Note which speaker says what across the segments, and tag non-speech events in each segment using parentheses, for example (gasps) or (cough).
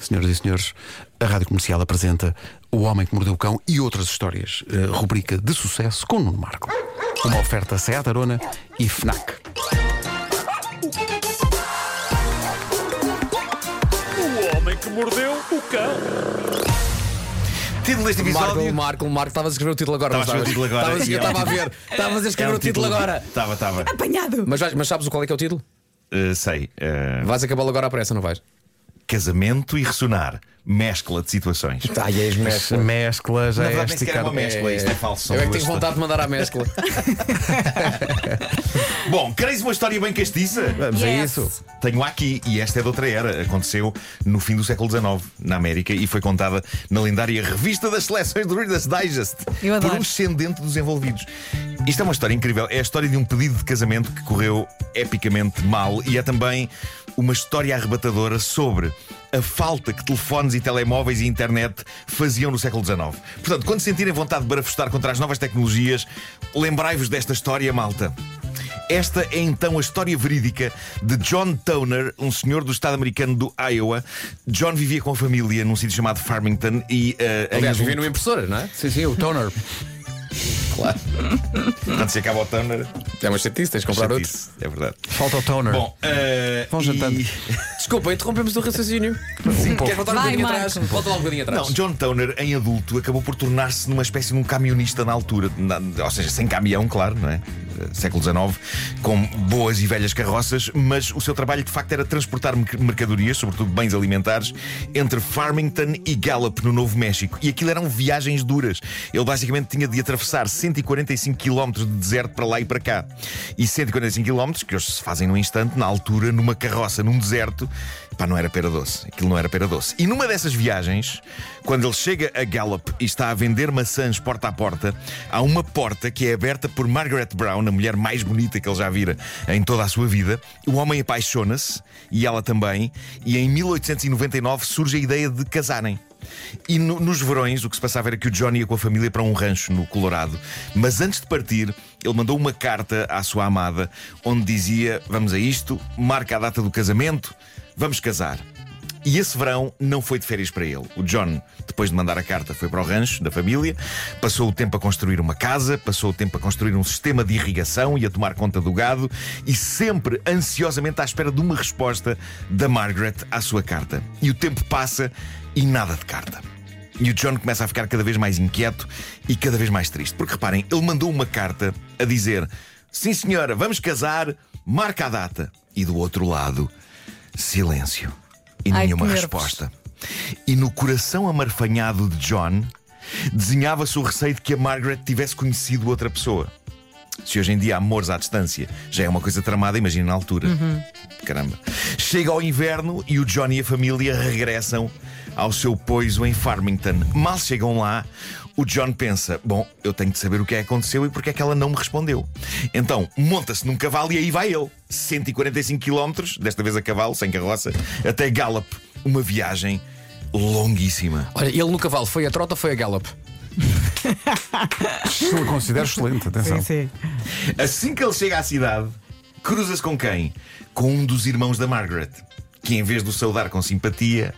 Speaker 1: Senhoras e senhores, a Rádio Comercial apresenta O Homem que Mordeu o Cão e outras histórias, eh, rubrica de sucesso com Nuno Marco. Uma oferta Seat Arona e FNAC.
Speaker 2: O homem que mordeu o cão.
Speaker 3: Título deste
Speaker 4: Marco,
Speaker 3: episódio.
Speaker 4: Marco, Marco, estavas a escrever o título agora.
Speaker 3: Estavas
Speaker 4: não
Speaker 3: a escrever o título agora,
Speaker 4: Estavas-
Speaker 3: sim,
Speaker 4: eu
Speaker 3: (laughs) é
Speaker 4: estava a
Speaker 3: ótimo.
Speaker 4: ver. Estavas a escrever
Speaker 3: um
Speaker 4: o título, agora.
Speaker 3: Estava, estava.
Speaker 5: Apanhado!
Speaker 4: Mas, vais- mas sabes qual é que é o título?
Speaker 3: Eh, sei. eh,
Speaker 4: Vais acabá-lo agora à pressa, não vais?
Speaker 3: casamento e ressonar. Mescla de situações.
Speaker 4: Ai,
Speaker 3: é
Speaker 4: és mestre.
Speaker 1: Mescla, já
Speaker 3: Na
Speaker 1: é
Speaker 3: verdade, nem sequer é
Speaker 1: esticar.
Speaker 3: uma mescla. Isto é falso. É são
Speaker 4: É. Eu é que
Speaker 3: duas
Speaker 4: tenho vontade de mandar à
Speaker 3: (laughs)
Speaker 4: mescla.
Speaker 3: histórias. Bom, queres uma história bem castiça?
Speaker 1: Vamos a
Speaker 5: Yes.
Speaker 1: isso.
Speaker 3: Tenho aqui, e esta é de outra era. Aconteceu no fim do século XIX, na América, e foi contada na lendária Revista das Seleções do Reader's Digest
Speaker 5: Eu
Speaker 3: por
Speaker 5: adoro.
Speaker 3: um descendente dos envolvidos. Isto é uma história incrível. É a história de um pedido de casamento que correu epicamente mal e é também uma história arrebatadora sobre a falta que telefones e telemóveis e internet faziam no século XIX. Portanto, quando sentirem vontade de barafustar contra as novas tecnologias, lembrai-vos desta história, malta. Esta é então a história verídica de John Toner, um senhor do estado americano do Iowa. John vivia com a família num sítio chamado Farmington e. Uh,
Speaker 4: Aliás,
Speaker 3: em...
Speaker 4: vivi numa impressora, não é?
Speaker 1: Sim, sim, o toner.
Speaker 3: claro. Quando se acaba o Toner,
Speaker 4: É uma chatice, tens de comprar outro.
Speaker 3: chatice, é verdade.
Speaker 1: Falta o toner.
Speaker 3: Bom, uh,
Speaker 1: Vão
Speaker 3: e-
Speaker 1: jantando.
Speaker 4: Desculpa, interrompemos o raciocínio. Queres voltar um
Speaker 5: Vai,
Speaker 4: bocadinho
Speaker 5: Marco.
Speaker 4: atrás? Volta lá um bocadinho atrás.
Speaker 3: Não, John Toner, em adulto, acabou por tornar-se numa espécie de um camionista na altura, na- ou seja, sem caminhão, claro, não é? Eh, Século XIX, com boas e velhas carroças, mas o seu trabalho de facto era transportar merc- mercadorias, sobretudo bens alimentares, entre Farmington e Gallup, no Novo México. E aquilo eram viagens duras. Ele basicamente tinha de atravessar 145 km de deserto para lá e para cá. E 145 km, que hoje se fazem num instante, na altura, numa carroça, num deserto, pá, não era pera doce. Aquilo não era pera doce. E numa dessas viagens, quando ele chega a Gallup e está a vender maçãs porta a porta, há uma porta que é aberta por Margaret Brown, a mulher mais bonita que ele já vira em toda a sua vida. O homem apaixona-se, e ela também, e em 1899 surge a ideia de casarem. E no- nos verões, o que se passava era que o John ia com a família para um rancho no Colorado. Mas antes de partir, ele mandou uma carta à sua amada, onde dizia: Vamos a isto, marca a data do casamento, vamos casar. E esse verão não foi de férias para ele. O John, depois de mandar a carta, foi para o rancho da família, passou o tempo a construir uma casa, passou o tempo a construir um sistema de irrigação e a tomar conta do gado, e sempre ansiosamente à espera de uma resposta da Margaret à sua carta. E o tempo passa e nada de carta. E o John começa a ficar cada vez mais inquieto e cada vez mais triste. Porque reparem, ele mandou uma carta a dizer: Sim, senhora, vamos casar, marca a data. E do outro lado, silêncio e
Speaker 5: Ai,
Speaker 3: nenhuma
Speaker 5: que nervos.
Speaker 3: resposta. E no coração amarfanhado de John, desenhava-se o receio de que a Margaret tivesse conhecido outra pessoa. Se hoje em dia amores à distância já é uma coisa tramada, imagina na altura. Caramba. Chega ao inverno e o John e a família regressam ao seu poiso em Farmington. Mal chegam lá, o John pensa: Bom, eu tenho de saber o que é que aconteceu e porque é que ela não me respondeu. Então monta-se num cavalo e aí vai ele. 145 km, desta vez a cavalo, sem carroça, até Gallup. Uma viagem longuíssima.
Speaker 4: Olha, ele no cavalo foi a trota ou foi a Gallup?
Speaker 1: Eu considero excelente,
Speaker 3: Então.
Speaker 1: atenção.
Speaker 5: Sim.
Speaker 3: Assim que ele chega à cidade, cruza-se com quem? Com um dos irmãos da Margaret, que em vez de o saudar com simpatia,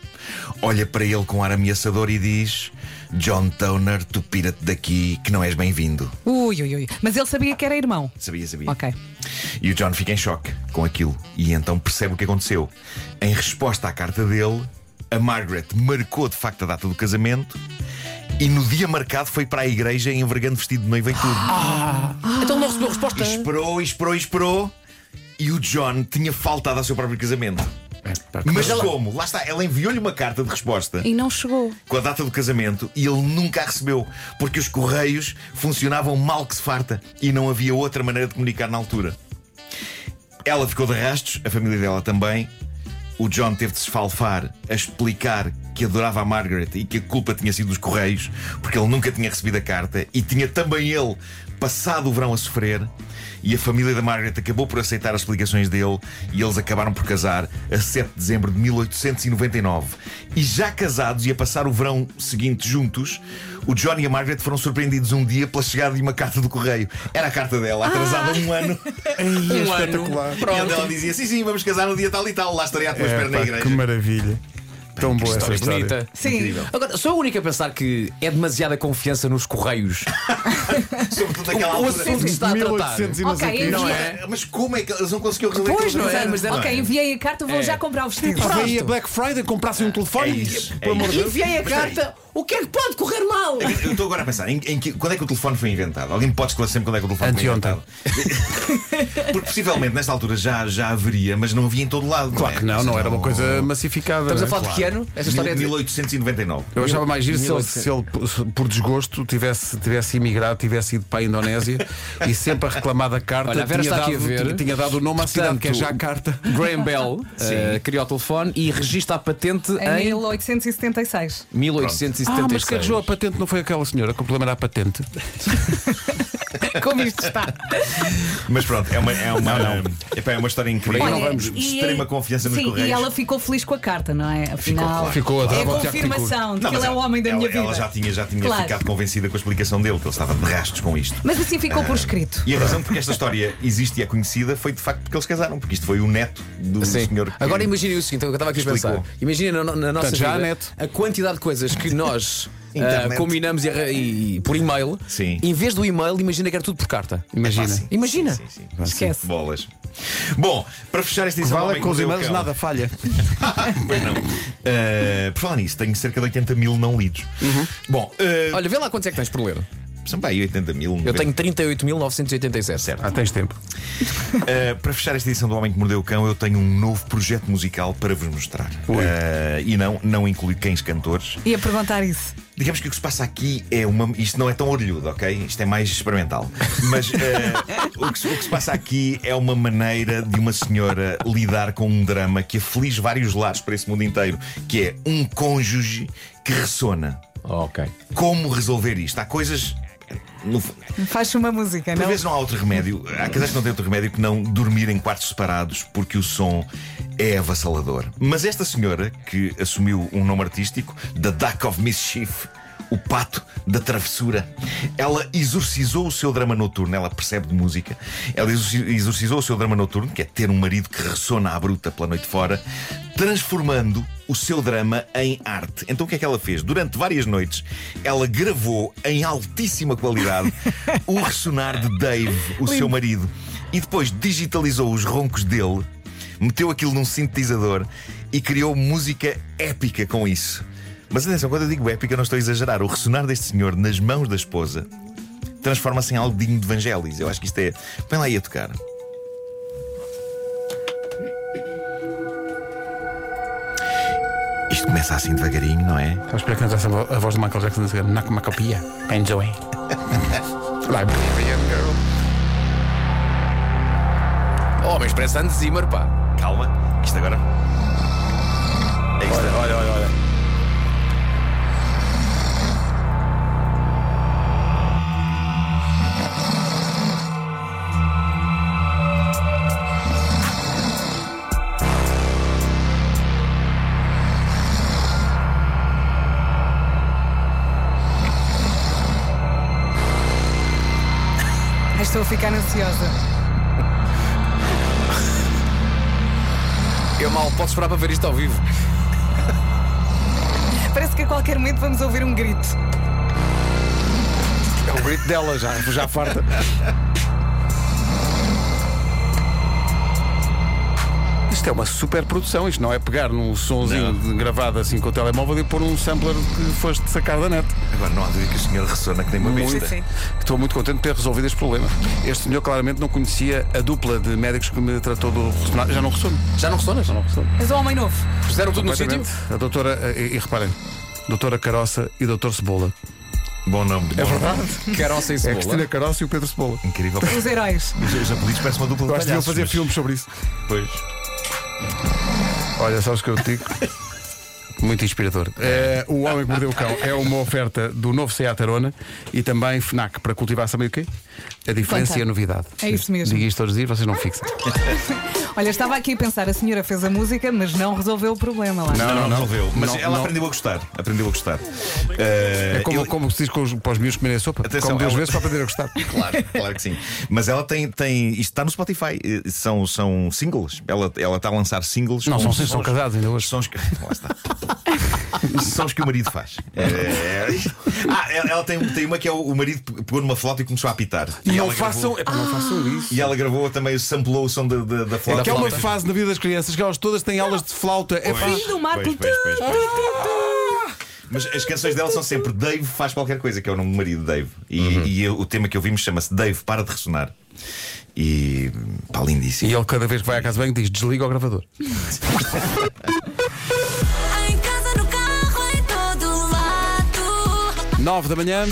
Speaker 3: olha para ele com ar ameaçador e diz: John Toner, tu pira-te daqui, que não és bem-vindo.
Speaker 5: Ui, ui, ui. Mas ele sabia que era irmão.
Speaker 3: Sabia, sabia.
Speaker 5: Ok.
Speaker 3: E o John fica em choque com aquilo e então percebe o que aconteceu. Em resposta à carta dele, a Margaret marcou de facto a data do casamento e no dia marcado foi para a igreja envergando vestido de noiva e tudo. (gasps)
Speaker 5: Ah.
Speaker 4: Então não recebeu resposta.
Speaker 3: E esperou, e esperou, e esperou. E o John tinha faltado ao seu próprio casamento.
Speaker 1: É,
Speaker 3: Mas como? Lá está, ela enviou-lhe uma carta de resposta
Speaker 5: E não chegou.
Speaker 3: com a data do casamento e ele nunca a recebeu, porque os correios funcionavam mal que se farta e não havia outra maneira de comunicar na altura. Ela ficou de rastos, a família dela também. O John teve de se esfalfar a explicar que adorava a Margaret e que a culpa tinha sido dos correios, porque ele nunca tinha recebido a carta e tinha também ele passado o verão a sofrer. E a família da Margaret acabou por aceitar as explicações dele e eles acabaram por casar a 7 de dezembro de 1899. E já casados e a passar o verão seguinte juntos, o John e a Margaret foram surpreendidos um dia pela chegada de uma carta do correio. Era a carta dela, atrasada
Speaker 4: Um
Speaker 3: um ano.
Speaker 4: ano.
Speaker 3: E onde ela dizia: Sim, sim, vamos casar no dia tal e tal, lá estarei à tua espera na
Speaker 1: Epá,
Speaker 3: igreja.
Speaker 1: que maravilha. Tão boa essa
Speaker 3: é
Speaker 6: História
Speaker 1: história.
Speaker 6: bonita.
Speaker 5: Sim.
Speaker 6: Agora, sou a única a pensar que é demasiada confiança nos correios.
Speaker 3: Sobretudo
Speaker 6: O,
Speaker 3: naquela
Speaker 6: o
Speaker 3: altura.
Speaker 6: assunto que se está a tratar.
Speaker 1: 1800 e não sei o
Speaker 5: Ok,
Speaker 1: quê.
Speaker 5: eu
Speaker 1: Não
Speaker 5: vi-
Speaker 1: é?
Speaker 3: Mas como é que eles não conseguiram resolver
Speaker 5: Pois,
Speaker 3: aquilo?
Speaker 5: não é?
Speaker 6: mas era-
Speaker 5: ok, enviei a carta, vou já comprar o vestido.
Speaker 1: Pá,
Speaker 5: Pronto.
Speaker 1: veio a Black Friday, comprassem um telefone
Speaker 3: É isso,
Speaker 1: pelo
Speaker 3: é
Speaker 1: amor de Deus.
Speaker 5: Enviei a
Speaker 3: Mas espera aí. é
Speaker 5: carta, o que é que pode correr mal?
Speaker 3: Eu estou agora a pensar, em, em que- quando é que o telefone foi inventado? Alguém me pode esclarecer-me quando é que o telefone
Speaker 1: Anteontem.
Speaker 3: foi inventado? Porque possivelmente nesta altura já, já haveria, mas não é? havia em todo lado.
Speaker 1: Claro É, que não, não era uma coisa massificada.
Speaker 6: Estamos
Speaker 1: não
Speaker 6: a
Speaker 1: é?
Speaker 6: falar de que ano? Esta história é de
Speaker 3: 1899.
Speaker 1: Eu achava mais giro se ele,
Speaker 6: 1800.
Speaker 1: se ele, p- se por desgosto, tivesse, tivesse emigrado, tivesse ido para a (laughs) Indonésia e sempre a reclamar da carta
Speaker 6: Olha, a Vera
Speaker 1: tinha,
Speaker 6: está
Speaker 1: dado,
Speaker 6: aqui a ver.
Speaker 1: tinha- tinha dado o nome à cidade,
Speaker 6: Portanto,
Speaker 1: que é Jacarta. (laughs)
Speaker 6: Graham Bell eh, criou o telefone e registra a patente
Speaker 5: Em
Speaker 6: em,
Speaker 5: 1876.
Speaker 6: 1876.
Speaker 1: Ah, mas quem arranjou a patente não foi aquela senhora, que o problema era a patente.
Speaker 5: Como
Speaker 1: (laughs)
Speaker 5: isto está?
Speaker 3: Mas pronto, é uma, é uma, epá, é uma história incrível.
Speaker 1: Olha, não vamos-
Speaker 5: e- é-
Speaker 3: Extrema confiança nos
Speaker 5: sim,
Speaker 3: correios.
Speaker 5: E ela ficou feliz com a carta, não é? Afinal,
Speaker 3: claro.
Speaker 1: Ficou a
Speaker 5: é
Speaker 1: dar
Speaker 5: a
Speaker 1: ao Tiago Pincourt.
Speaker 5: confirmação de
Speaker 3: Não,
Speaker 5: que
Speaker 3: mas
Speaker 5: ele é o homem da
Speaker 3: ela-
Speaker 5: minha vida.
Speaker 3: Ela já tinha, já tinha
Speaker 5: Claro.
Speaker 3: ficado convencida com a explicação dele, que ele estava de rastos com isto.
Speaker 5: Mas assim ficou
Speaker 3: Ah.
Speaker 5: por escrito.
Speaker 3: E a razão porque esta história existe e é conhecida foi de facto porque eles casaram, porque isto foi o neto do
Speaker 6: Sim.
Speaker 3: senhor. que-
Speaker 6: Agora imaginem o seguinte, eu estava aqui a
Speaker 3: Explicou.
Speaker 6: pensar. Imaginem na, na nossa
Speaker 1: Portanto, já
Speaker 6: vida
Speaker 1: a net.
Speaker 6: a quantidade de coisas que
Speaker 1: (laughs)
Speaker 6: nós ah,
Speaker 3: Internet.
Speaker 6: combinamos e, e- por e-mail.
Speaker 3: Sim.
Speaker 6: Em vez do e-mail, imagina que era tudo por carta. É
Speaker 1: Imagina.
Speaker 3: Ah, Sim,
Speaker 6: Imagina.
Speaker 3: Sim, sim, sim.
Speaker 5: Esquece.
Speaker 3: Bolas. Bom, para fechar esta edição. do
Speaker 1: Vale
Speaker 3: Homem
Speaker 1: com os
Speaker 3: Mordeu o
Speaker 1: e-mails,
Speaker 3: Cão.
Speaker 1: nada falha.
Speaker 3: (laughs) Pois não. Eh, por falar nisso, tenho cerca de 80 mil não lidos.
Speaker 1: Uhum.
Speaker 3: Bom, eh,
Speaker 6: Olha, vê lá quantos é que tens por ler.
Speaker 3: são para aí 80 mil.
Speaker 6: Eu tenho 38.987.
Speaker 3: Certo.
Speaker 1: Ah, tens tempo.
Speaker 3: Uh, para fechar esta edição do Homem que Mordeu o Cão, eu tenho um novo projeto musical para vos mostrar. Uh, e não, não inclui cães cantores.
Speaker 5: Ia perguntar isso.
Speaker 3: Digamos que o que se passa aqui é uma. Isto não é tão orelhudo, ok? Isto é mais experimental. Mas uh, o, que, se- o que se passa aqui é uma maneira de uma senhora lidar com um drama que aflige vários lados para esse mundo inteiro, que é um cônjuge que ressona.
Speaker 6: ok.
Speaker 3: Como resolver isto? Há coisas. no fu-
Speaker 5: Faz uma música,
Speaker 3: por
Speaker 5: não?
Speaker 3: vezes não há outro remédio. Há casais que não têm outro remédio que não dormir em quartos separados porque o som é avassalador. Mas esta senhora, que assumiu um nome artístico, The Duck of Mischief, o pato da travessura, ela exorcizou o seu drama noturno. Ela percebe de música. Ela exorci- exorcizou o seu drama noturno, que é ter um marido que ressona à bruta pela noite fora, transformando o seu drama em arte. Então o que é que ela fez? Durante várias noites, ela gravou em altíssima qualidade o ressonar de Dave, o seu marido, e depois digitalizou os roncos dele, meteu aquilo num sintetizador e criou música épica com isso. Mas atenção, quando eu digo épica, eu não estou a exagerar. O ressonar deste senhor nas mãos da esposa transforma-se em algo digno de Vangelis. Eu acho que isto é. Põe lá aí a tocar. Isto começa assim devagarinho, não é?
Speaker 1: Estás para cantar essa vo- a voz do Michael Jackson a seguir. Na uma copia. (laughs) Enjoy. Librarian Girl.
Speaker 6: Oh, mas parece Hans Zimmer, pá.
Speaker 3: Calma, que isto agora. É isto. Olha, olha, olha,
Speaker 5: Ai, Estou a ficar ansiosa.
Speaker 6: Eu mal posso esperar para ver isto ao vivo.
Speaker 5: Parece que a qualquer momento vamos ouvir um grito.
Speaker 6: É o grito dela, já, já farta.
Speaker 1: Isto é uma super produção, isto não é pegar num sonzinho
Speaker 3: Não.
Speaker 1: de- gravado assim com o telemóvel e pôr um sampler que foste sacar da net.
Speaker 3: Agora não há dúvida que o senhor ressona que tem uma
Speaker 1: Muito.
Speaker 3: besta.
Speaker 1: Estou muito contente de ter resolvido este problema. Este senhor claramente não conhecia a dupla de médicos que me tratou do ressonar. Já não ressono.
Speaker 6: Já não ressonas?
Speaker 1: Não ressono.
Speaker 5: És um homem novo.
Speaker 6: Fizeram tudo no sítio?
Speaker 1: Completamente. A doutora, eh, e, e reparem, doutora Caroça e doutor Cebola.
Speaker 3: Bom nome. Bom nome.
Speaker 1: (laughs)
Speaker 6: Caroça e
Speaker 1: É a
Speaker 6: cebola.
Speaker 1: É Cristina Caroça e o Pedro Cebola.
Speaker 3: Incrível.
Speaker 5: Os heróis.
Speaker 3: Os- Os apelidos parecem uma dupla de
Speaker 1: Gosto de eu
Speaker 3: palhaços,
Speaker 1: fazer
Speaker 3: mas-
Speaker 1: filmes sobre isso.
Speaker 3: Pois.
Speaker 1: Olha, sabes que eu te digo? Muito inspirador. É, o Homem que Mordeu o Cão é uma oferta do novo Seat Arona e também FNAC para cultivar, sabem o quê? A diferença
Speaker 5: Conta.
Speaker 1: e a novidade.
Speaker 5: É isso mesmo.
Speaker 1: Diga isto todos os dias, vocês não fixam.
Speaker 5: Olha, estava aqui a pensar, a senhora fez a música, mas não resolveu o problema lá.
Speaker 3: Não, não,
Speaker 1: não.
Speaker 3: resolveu. Mas
Speaker 1: Não,
Speaker 3: ela
Speaker 1: não.
Speaker 3: aprendeu a gostar. Aprendeu a gostar. Eh,
Speaker 1: É como,
Speaker 3: eu-
Speaker 1: como se diz com os, para os miúdos comerem a sopa.
Speaker 3: Atenção, é
Speaker 1: como duas
Speaker 3: ela-
Speaker 1: vezes para aprender a gostar.
Speaker 3: Claro, claro que sim. Mas ela tem. tem isto está no Spotify. eh, São, são singles. Ela, ela está a lançar singles.
Speaker 1: (laughs) Não,
Speaker 3: com
Speaker 1: são- são
Speaker 3: sons-
Speaker 1: casados ainda hoje.
Speaker 3: Sons, que- (laughs) lá está. São os que o marido
Speaker 1: (laughs)
Speaker 3: faz. É, é, é. Ah, ela ela tem, tem uma que é o, o marido pegou numa flauta e começou a apitar. E
Speaker 1: Não
Speaker 3: ela
Speaker 1: façam,
Speaker 3: Gravou,
Speaker 1: é, pá, não façam isso.
Speaker 3: e ela gravou também, samplou o som da, da, da flauta.
Speaker 1: que é uma
Speaker 3: Pois,
Speaker 1: fase na vida das crianças que elas todas têm aulas de flauta. É pá,
Speaker 3: pois,
Speaker 5: Fim do Marco.
Speaker 3: pois, pois, pois, pois. Mas as canções dela são sempre Dave faz qualquer coisa, que é o nome do marido Dave. E, e eu- o tema que ouvimos chama-se Dave para de ressonar. E pá, lindíssimo.
Speaker 1: E ele, cada vez que vai à casa bem, diz: desliga o gravador.
Speaker 7: Em casa, no carro, em todo lado.
Speaker 1: 9 da manhã.